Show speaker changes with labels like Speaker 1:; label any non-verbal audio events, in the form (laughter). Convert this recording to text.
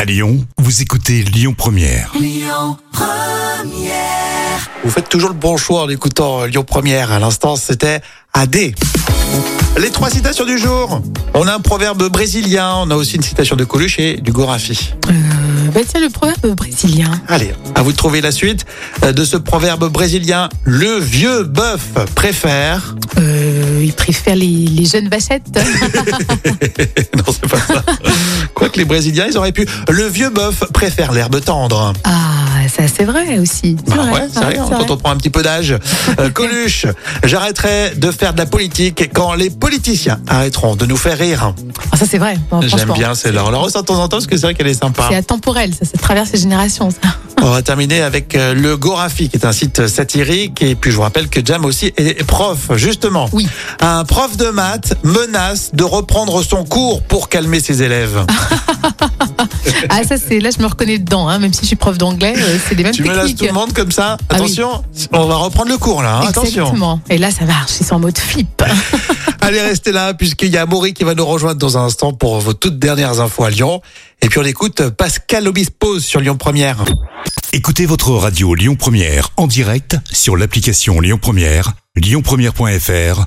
Speaker 1: À Lyon, vous écoutez Lyon Première.
Speaker 2: Vous faites toujours le bon choix en écoutant euh, Lyon Première. À l'instant, c'était AD. Les trois citations du jour. On a un proverbe brésilien, on a aussi une citation de Coluche et du Gorafi.
Speaker 3: Euh, bah, c'est le proverbe brésilien.
Speaker 2: Allez, à vous de trouver la suite euh, de ce proverbe brésilien. Le vieux bœuf préfère. (laughs)
Speaker 3: Euh, il préfère les, les jeunes vachettes.
Speaker 2: non, c'est pas
Speaker 3: (laughs)
Speaker 2: ça. Quoique les Brésiliens, ils auraient pu. Le vieux bœuf préfère l'herbe tendre.
Speaker 3: ah, ça c'est vrai aussi. C'est
Speaker 2: Bah
Speaker 3: vrai.
Speaker 2: ouais, c'est
Speaker 3: Ah,
Speaker 2: vrai, hein,
Speaker 3: c'est
Speaker 2: quand
Speaker 3: vrai.
Speaker 2: on prend un petit peu
Speaker 3: (laughs)
Speaker 2: d'âge. Euh, Coluche, j'arrêterai de faire de la politique quand les politiciens arrêteront de nous faire rire.
Speaker 3: Ah, ça c'est vrai. Bon,
Speaker 2: J'aime
Speaker 3: franchement.
Speaker 2: bien celle-là. On la ressort de temps en temps parce que c'est vrai qu'elle est sympa.
Speaker 3: C'est atemporel, ça, ça traverse les générations. ça.
Speaker 2: On va terminer avec euh, le Gorafi, qui est un site satirique. Et puis je vous rappelle que Jam aussi est prof, justement.
Speaker 3: Oui.
Speaker 2: Un prof de maths menace de reprendre son cours pour calmer ses élèves.
Speaker 3: Ah, ça c'est là, je me reconnais dedans, hein, même si je suis prof d'anglais, euh, c'est les mêmes
Speaker 2: tu menaces
Speaker 3: techniques.
Speaker 2: tout le monde comme ça
Speaker 3: Ah oui.
Speaker 2: Attention, on va reprendre le cours là. hein. Attention.
Speaker 3: Exactement. Et là, ça marche. Ils sont en mode flip.
Speaker 2: (laughs) Allez, restez là, puisqu'il y a Maury qui va nous rejoindre dans un instant pour vos toutes dernières infos à Lyon. Et puis on écoute Pascal Obispo sur Lyon Première.
Speaker 1: Écoutez votre radio Lyon Première en direct sur l'application Lyon Première, lyonpremière.fr